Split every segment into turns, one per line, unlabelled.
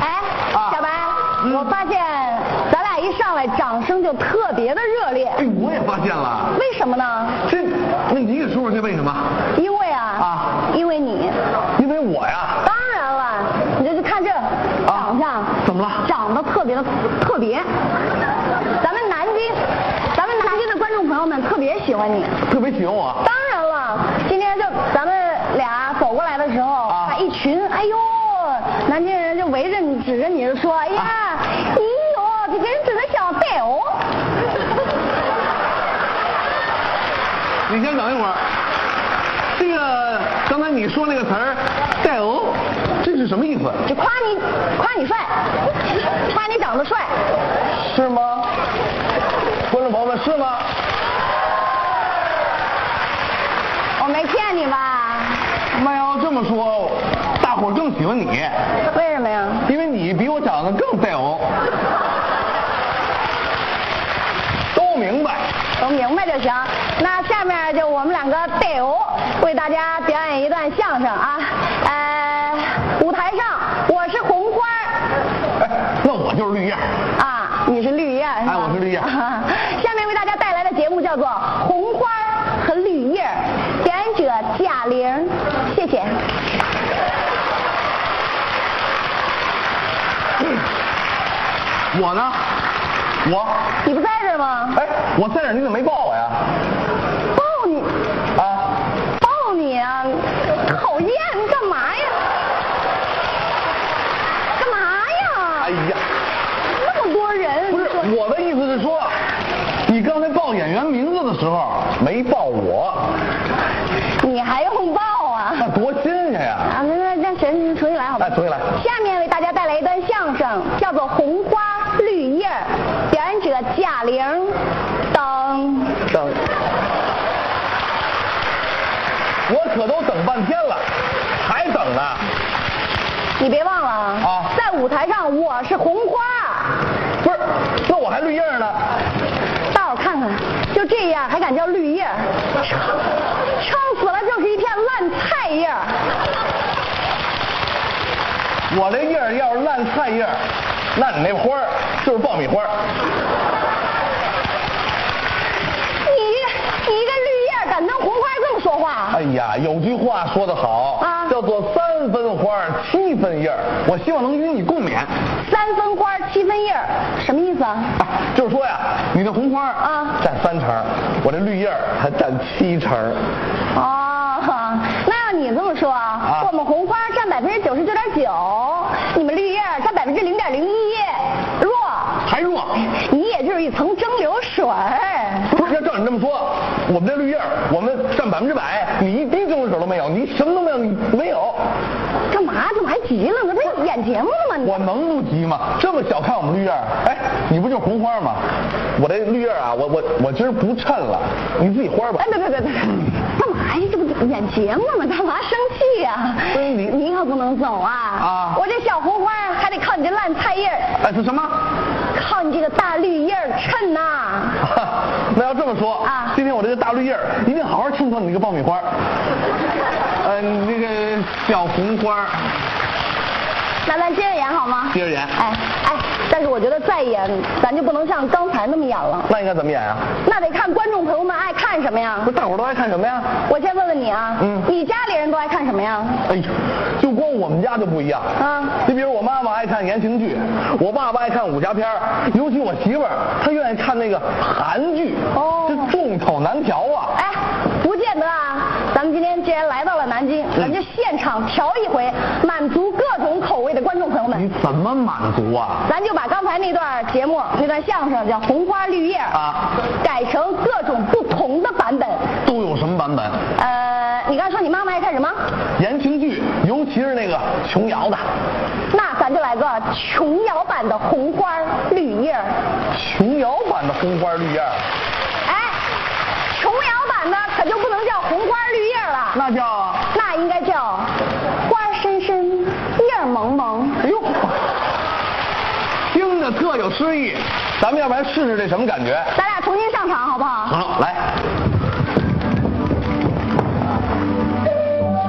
哎
嗯
我发现咱俩一上来掌声就特别的热烈，
哎，我也发现了，
为什么呢？
这，那你给说说这为什么？
因为啊，
啊
因为你，
因为我呀，
当然了，你就去看这长相、
啊怎么了？
长得特别的特别，咱们南京，咱们南京的观众朋友们特别喜欢你。
特别喜欢我，
当然了，今天就咱们俩走过来的时候，
啊
还一群，哎呦，南京人就围着你，指着你就说，哎呀，哎呦，这个人长得小白哦。
你先等一会儿。这个刚才你说那个词儿“戴欧”，这是什么意思？
就夸你，夸你帅，夸你长得帅，
是吗？观众朋友们，是吗？
我没骗你吧？
那要这么说，大伙儿更喜欢你，
为什么呀？
因为你比我长得更戴欧。都明白。
都明白就行。那下面就我们两个队伍为大家表演一段相声啊。呃，舞台上我是红花儿
哎，那我就是绿叶。
啊，你是绿叶是吧？
哎我是绿叶
下面为大家带来的节目叫做《红花儿和绿叶儿》，表演者贾玲，谢谢。
我呢？我。
你不在这儿吗？
哎，我在这儿，你怎么没抱我呀？
抱你，
啊，
抱你啊！讨厌，你干嘛呀？干嘛呀？
哎呀，
那么多人，
不是
你说
我的意思是说，你刚才报演员名字的时候没报我，
你还用抱啊？
那多新鲜呀！
啊，那那那谁，你重新来好吧
哎，？重新来。
下面为大家带来一段相声，叫做《红花绿叶儿》，表演者贾玲。等，
等，我可都等半天了，还等呢。
你别忘了啊
啊
在舞台上我是红花，
不是，那我还绿叶呢。
大伙儿看看，就这样还敢叫绿叶儿？撑撑死了就是一片烂菜叶儿。
我这叶儿要是烂菜叶儿，那你那花儿就是爆米花儿。
你你一个绿叶儿敢跟红花这么说话？
哎呀，有句话说得好，
啊
叫做三分花儿七分叶儿。我希望能与你共勉。
三分花七分叶儿，什么意思啊？
啊就是说呀，你的红花儿
啊
占三成儿，我这绿叶儿还占七成儿。
哦， 那要你这么说啊，我们红花占百分之九十九点九，你们绿叶占百分之零点零一，弱，
还弱。
你也就是一层蒸馏水儿。
不是，要照你这么说，我们这绿叶儿，我们占百分之百，你一滴蒸馏水都没有，你什么都没有，你没有，
干嘛？怎么还急了呢？不是演节目呢吗？你
我能不急吗？这么小看我们绿叶儿，哎，你不就是红花吗？我这绿叶儿啊，我我我今儿不衬了，你自己花儿吧
哎，。别别别别，
嗯
干嘛呀？这不演节目呢吗？干嘛生气呀、
不是你
你可不能走啊！
嗯啊
我这小红花还得靠你这烂菜叶儿，
哎，是什么？
靠你这个大绿叶儿衬呐、
那要这么说
啊
今天我这个大绿叶儿一定好好衬托你这个爆米花 儿。呃，你那个小红花儿，
那咱接着演好吗？
接着演
哎哎，但是我觉得再演，咱就不能像刚才那么演了，
那应该怎么演啊？
那得看观众朋友们爱看什么呀
不。是大伙儿都爱看什么呀？
我先问问你啊，
嗯
你家里人都爱看什么呀？
哎呀，就光我们家就不一样。
啊，
你比如我妈妈爱看言情剧，我爸爸爱看武侠片儿尤其我媳妇儿，她愿意看那个韩剧。
哦
这众口难调啊！
哎，不见得啊，咱们今天既然来到了南京，咱就现场调一回，满足各种口味的观众朋友们。
你怎么满足啊？
咱就把刚才那段节目那段相声叫《红花绿叶》
啊，
改成各种不同的版本。
都有什么版本？
呃，你刚才说你妈妈爱看什么？
言情剧，尤其是那个琼瑶的。
那咱就来个琼瑶版的红花绿叶儿，
琼瑶版的红花绿叶儿，
哎，琼瑶版的可就不能叫红花绿叶儿了，
那叫……
那应该叫花深深叶儿蒙蒙。
哎呦，听着特有诗意。咱们要不然试试这什么感觉？
咱俩重新上场好不好？
好，来。
红花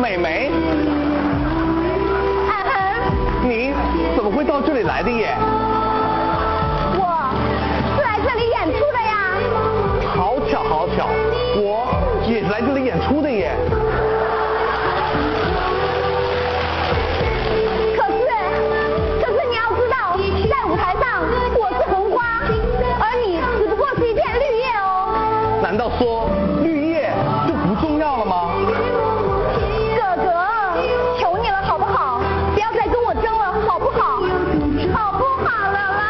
美眉，
嗯哼，
你怎么会到这里来的耶？
我是来这里演出的呀。
好巧好巧，我也是来这里演出的耶。
可是，可是你要知道，在舞台上我是红花，而你只不过是一片绿叶哦。
难道说绿叶就不重要了吗？
哥哥，求你了好不好？不要再跟我争了好不好？好不好了啦？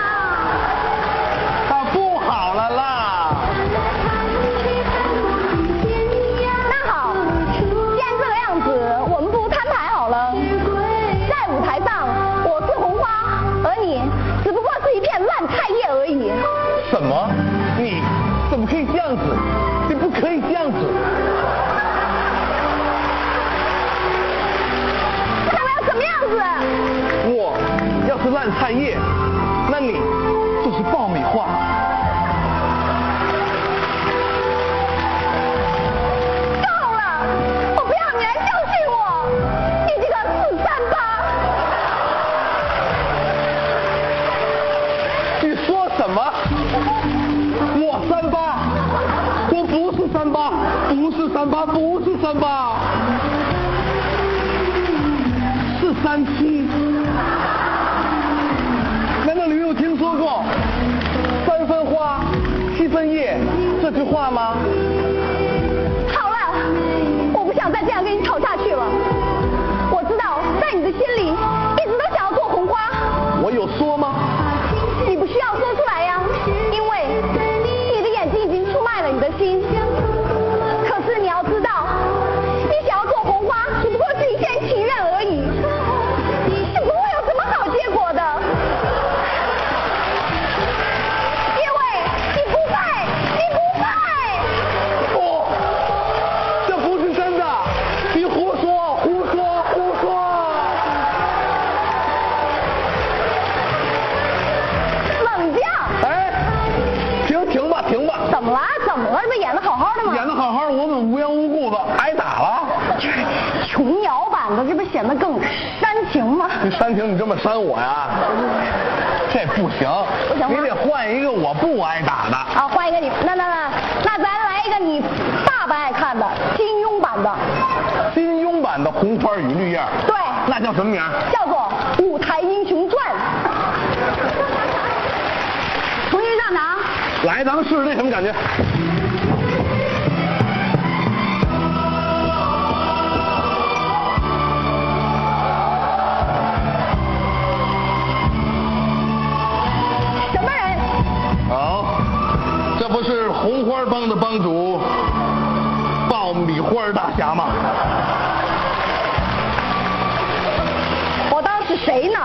啊，不好了啦！
那好，既然这个样子，我们不如摊牌好了。在舞台上我是红花，而你只不过是一片烂菜叶而已。
什么？你怎么可以这样子？你不可以这样子！
那我要什么样子？
我要是烂菜叶，那你就是爆米花。
够了！我不要你来教训我，你这个死三八！
你说什么？我三八？我不是三八，不是三八，不是三八，是三七。难道你没有听说过“三分花，七分叶”这句话吗？
好了，我不想再这样跟你吵下去了。我知道，在你的心里一直都想要做红花，
我有说吗？
你不需要说出来呀，因为你的眼睛已经出卖了你的心。可是你要知道，你想要做红花，只不过是一见情人而已，是不会有什么好结果的。因为你不配，你不配。
不，哦这不是真的，你胡说，胡说，胡说。
冷静，
哎，停停吧，停吧。
怎么啦？怎么了？这不演的好好的吗？
演的好好的，我怎么无缘无故的挨打了？
琼瑶版的，这不显得更煽情吗？
你煽情，你这么煽我呀？这不行
我，想
你
换
得换一个我不挨打的。
啊，换一个你，那那那，那咱来一个你爸爸爱看的金庸版的，
金庸版的《红花与绿叶》，
对，
那叫什么名？
叫做《舞台英雄传》。 重新上场，
来，咱们试试这什么感觉？
什么人？
好、这不是红花帮的帮主爆米花大侠吗？
我当是谁呢？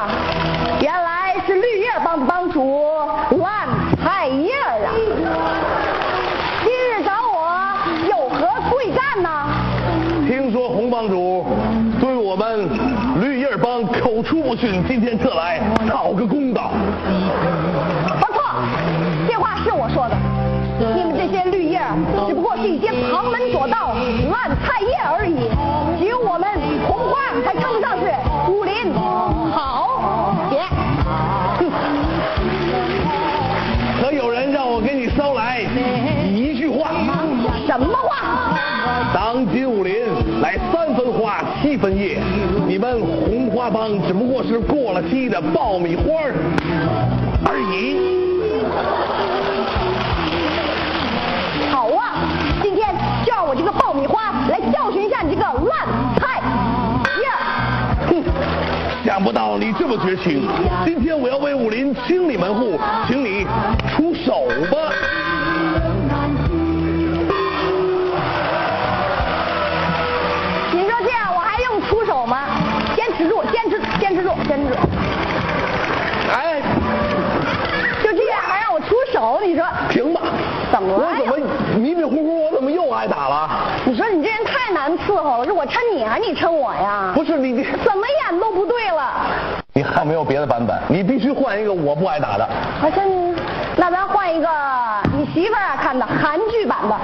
原来是绿叶帮的帮主烂菜叶儿啊！今日找我有何贵干呢？
听说红帮主对我们绿叶帮口出不逊，今天特来讨个公道。
不错，这话是我说的。你们这些绿叶儿只不过是一些旁门左道、烂菜叶而已，只有我们红花才称得上是武林好爷。
可有人让我给你捎来一句话：
什么话？
当今武林乃三分花七分叶，你们红花帮只不过是过了期的爆米花儿而已。
好啊，今天就让我这个爆米花来教训一下你这个烂菜叶儿。
哼，想不到你这么绝情，今天我要为武林清理门户，请你出手吧。
你说这样我还用出手吗？坚持住，坚持，坚持住，坚持住。
哎，
就这样还让我出手，你说
停吧，
怎么了
我怎么迷迷糊糊，我怎么又挨打了？
你说你这人太难伺候了，是我抻你还是你抻我呀？
不是你你
怎么演都不对了。
你还没有别的版本，你必须换一个我不挨打的。
啊好像那咱换一个你媳妇儿看的韩剧版的，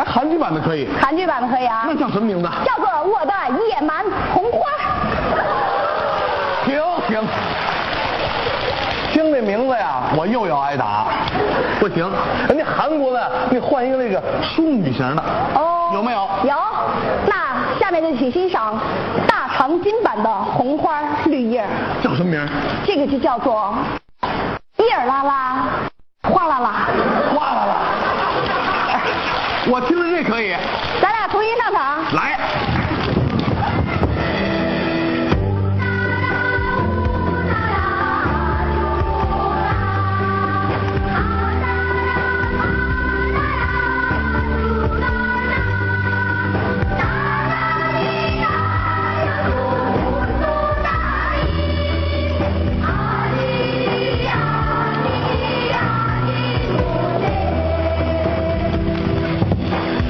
哎，韩剧版的可以，
韩剧版的可以啊
那，叫什么名字？
叫做《我的野蛮红花》。
停停，听这名字呀，我又要挨打。不行，人家韩国的，你换一个那个淑女型的，
哦
有没有？
有，那下面就请欣赏大长今版的红花绿叶儿，
叫什么名儿？
这个就叫做叶儿啦啦，花啦啦。
哗啦啦！哎我听着这可以，
咱俩重新上场。啊
来。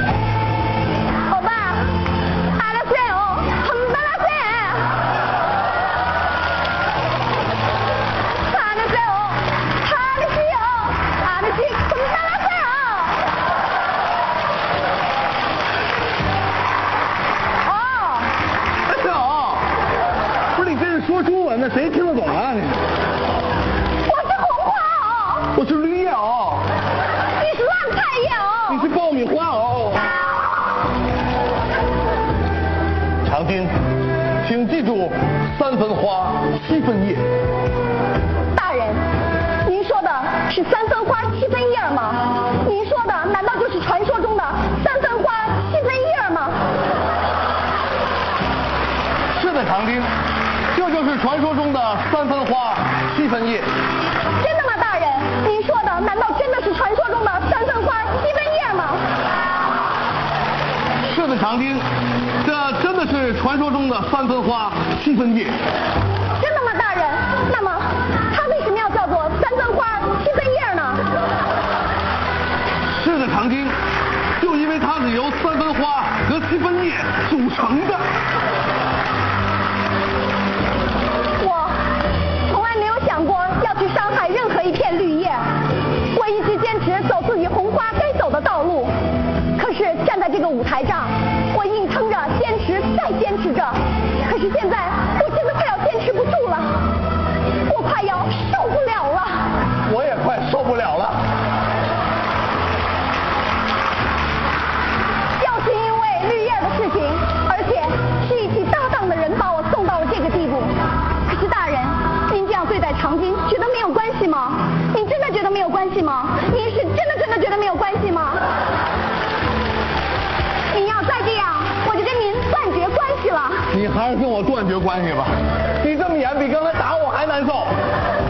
欧巴，阿拉塞哦，很巴拉塞。阿拉塞哦，阿拉西哦，阿拉西，很巴拉塞哦。哦，
哎呦，不是你这是说中文呢，谁听得懂啊？你，
我是红花哦，
我是绿叶袄，
你是烂菜叶
你
哦。
是爆米花哦袄。长今，请记住，三分花，七分叶。
大人，您说的是三分花七分叶儿吗？您说的难道就是传说中的三分花七分叶儿吗？
是的，长今，这就是传说中的三分花，七分叶。
真的吗，大人？您说的难道真的是传说中的三分花七分叶吗？
是的，长今，这真的是传说中的三分花，七分叶。
真的吗，大人？那么它为什么要叫做三分花七分叶呢？
是的，长今，就因为它是由三分花和七分叶组成的。
我从来没有想过要去伤害任何一片绿叶，我一直坚持走自己红花该走的道路。可是站在这个舞台上，我硬撑着坚持，再坚持着。可是现在我真的快要坚持不住了，我快要受不了了。
我也快受不了了。
就是因为绿叶的事情，而且是一起搭档的人把我送到了这个地步。可是大人，您这样对待长今，觉得没有关系吗？您真的觉得没有关系吗？您是真的真的觉得没有关系吗？您要再这样，我就跟您断绝关系了。
你还是跟我断绝关系吧，你这么演比刚才打我还难受。 哎啊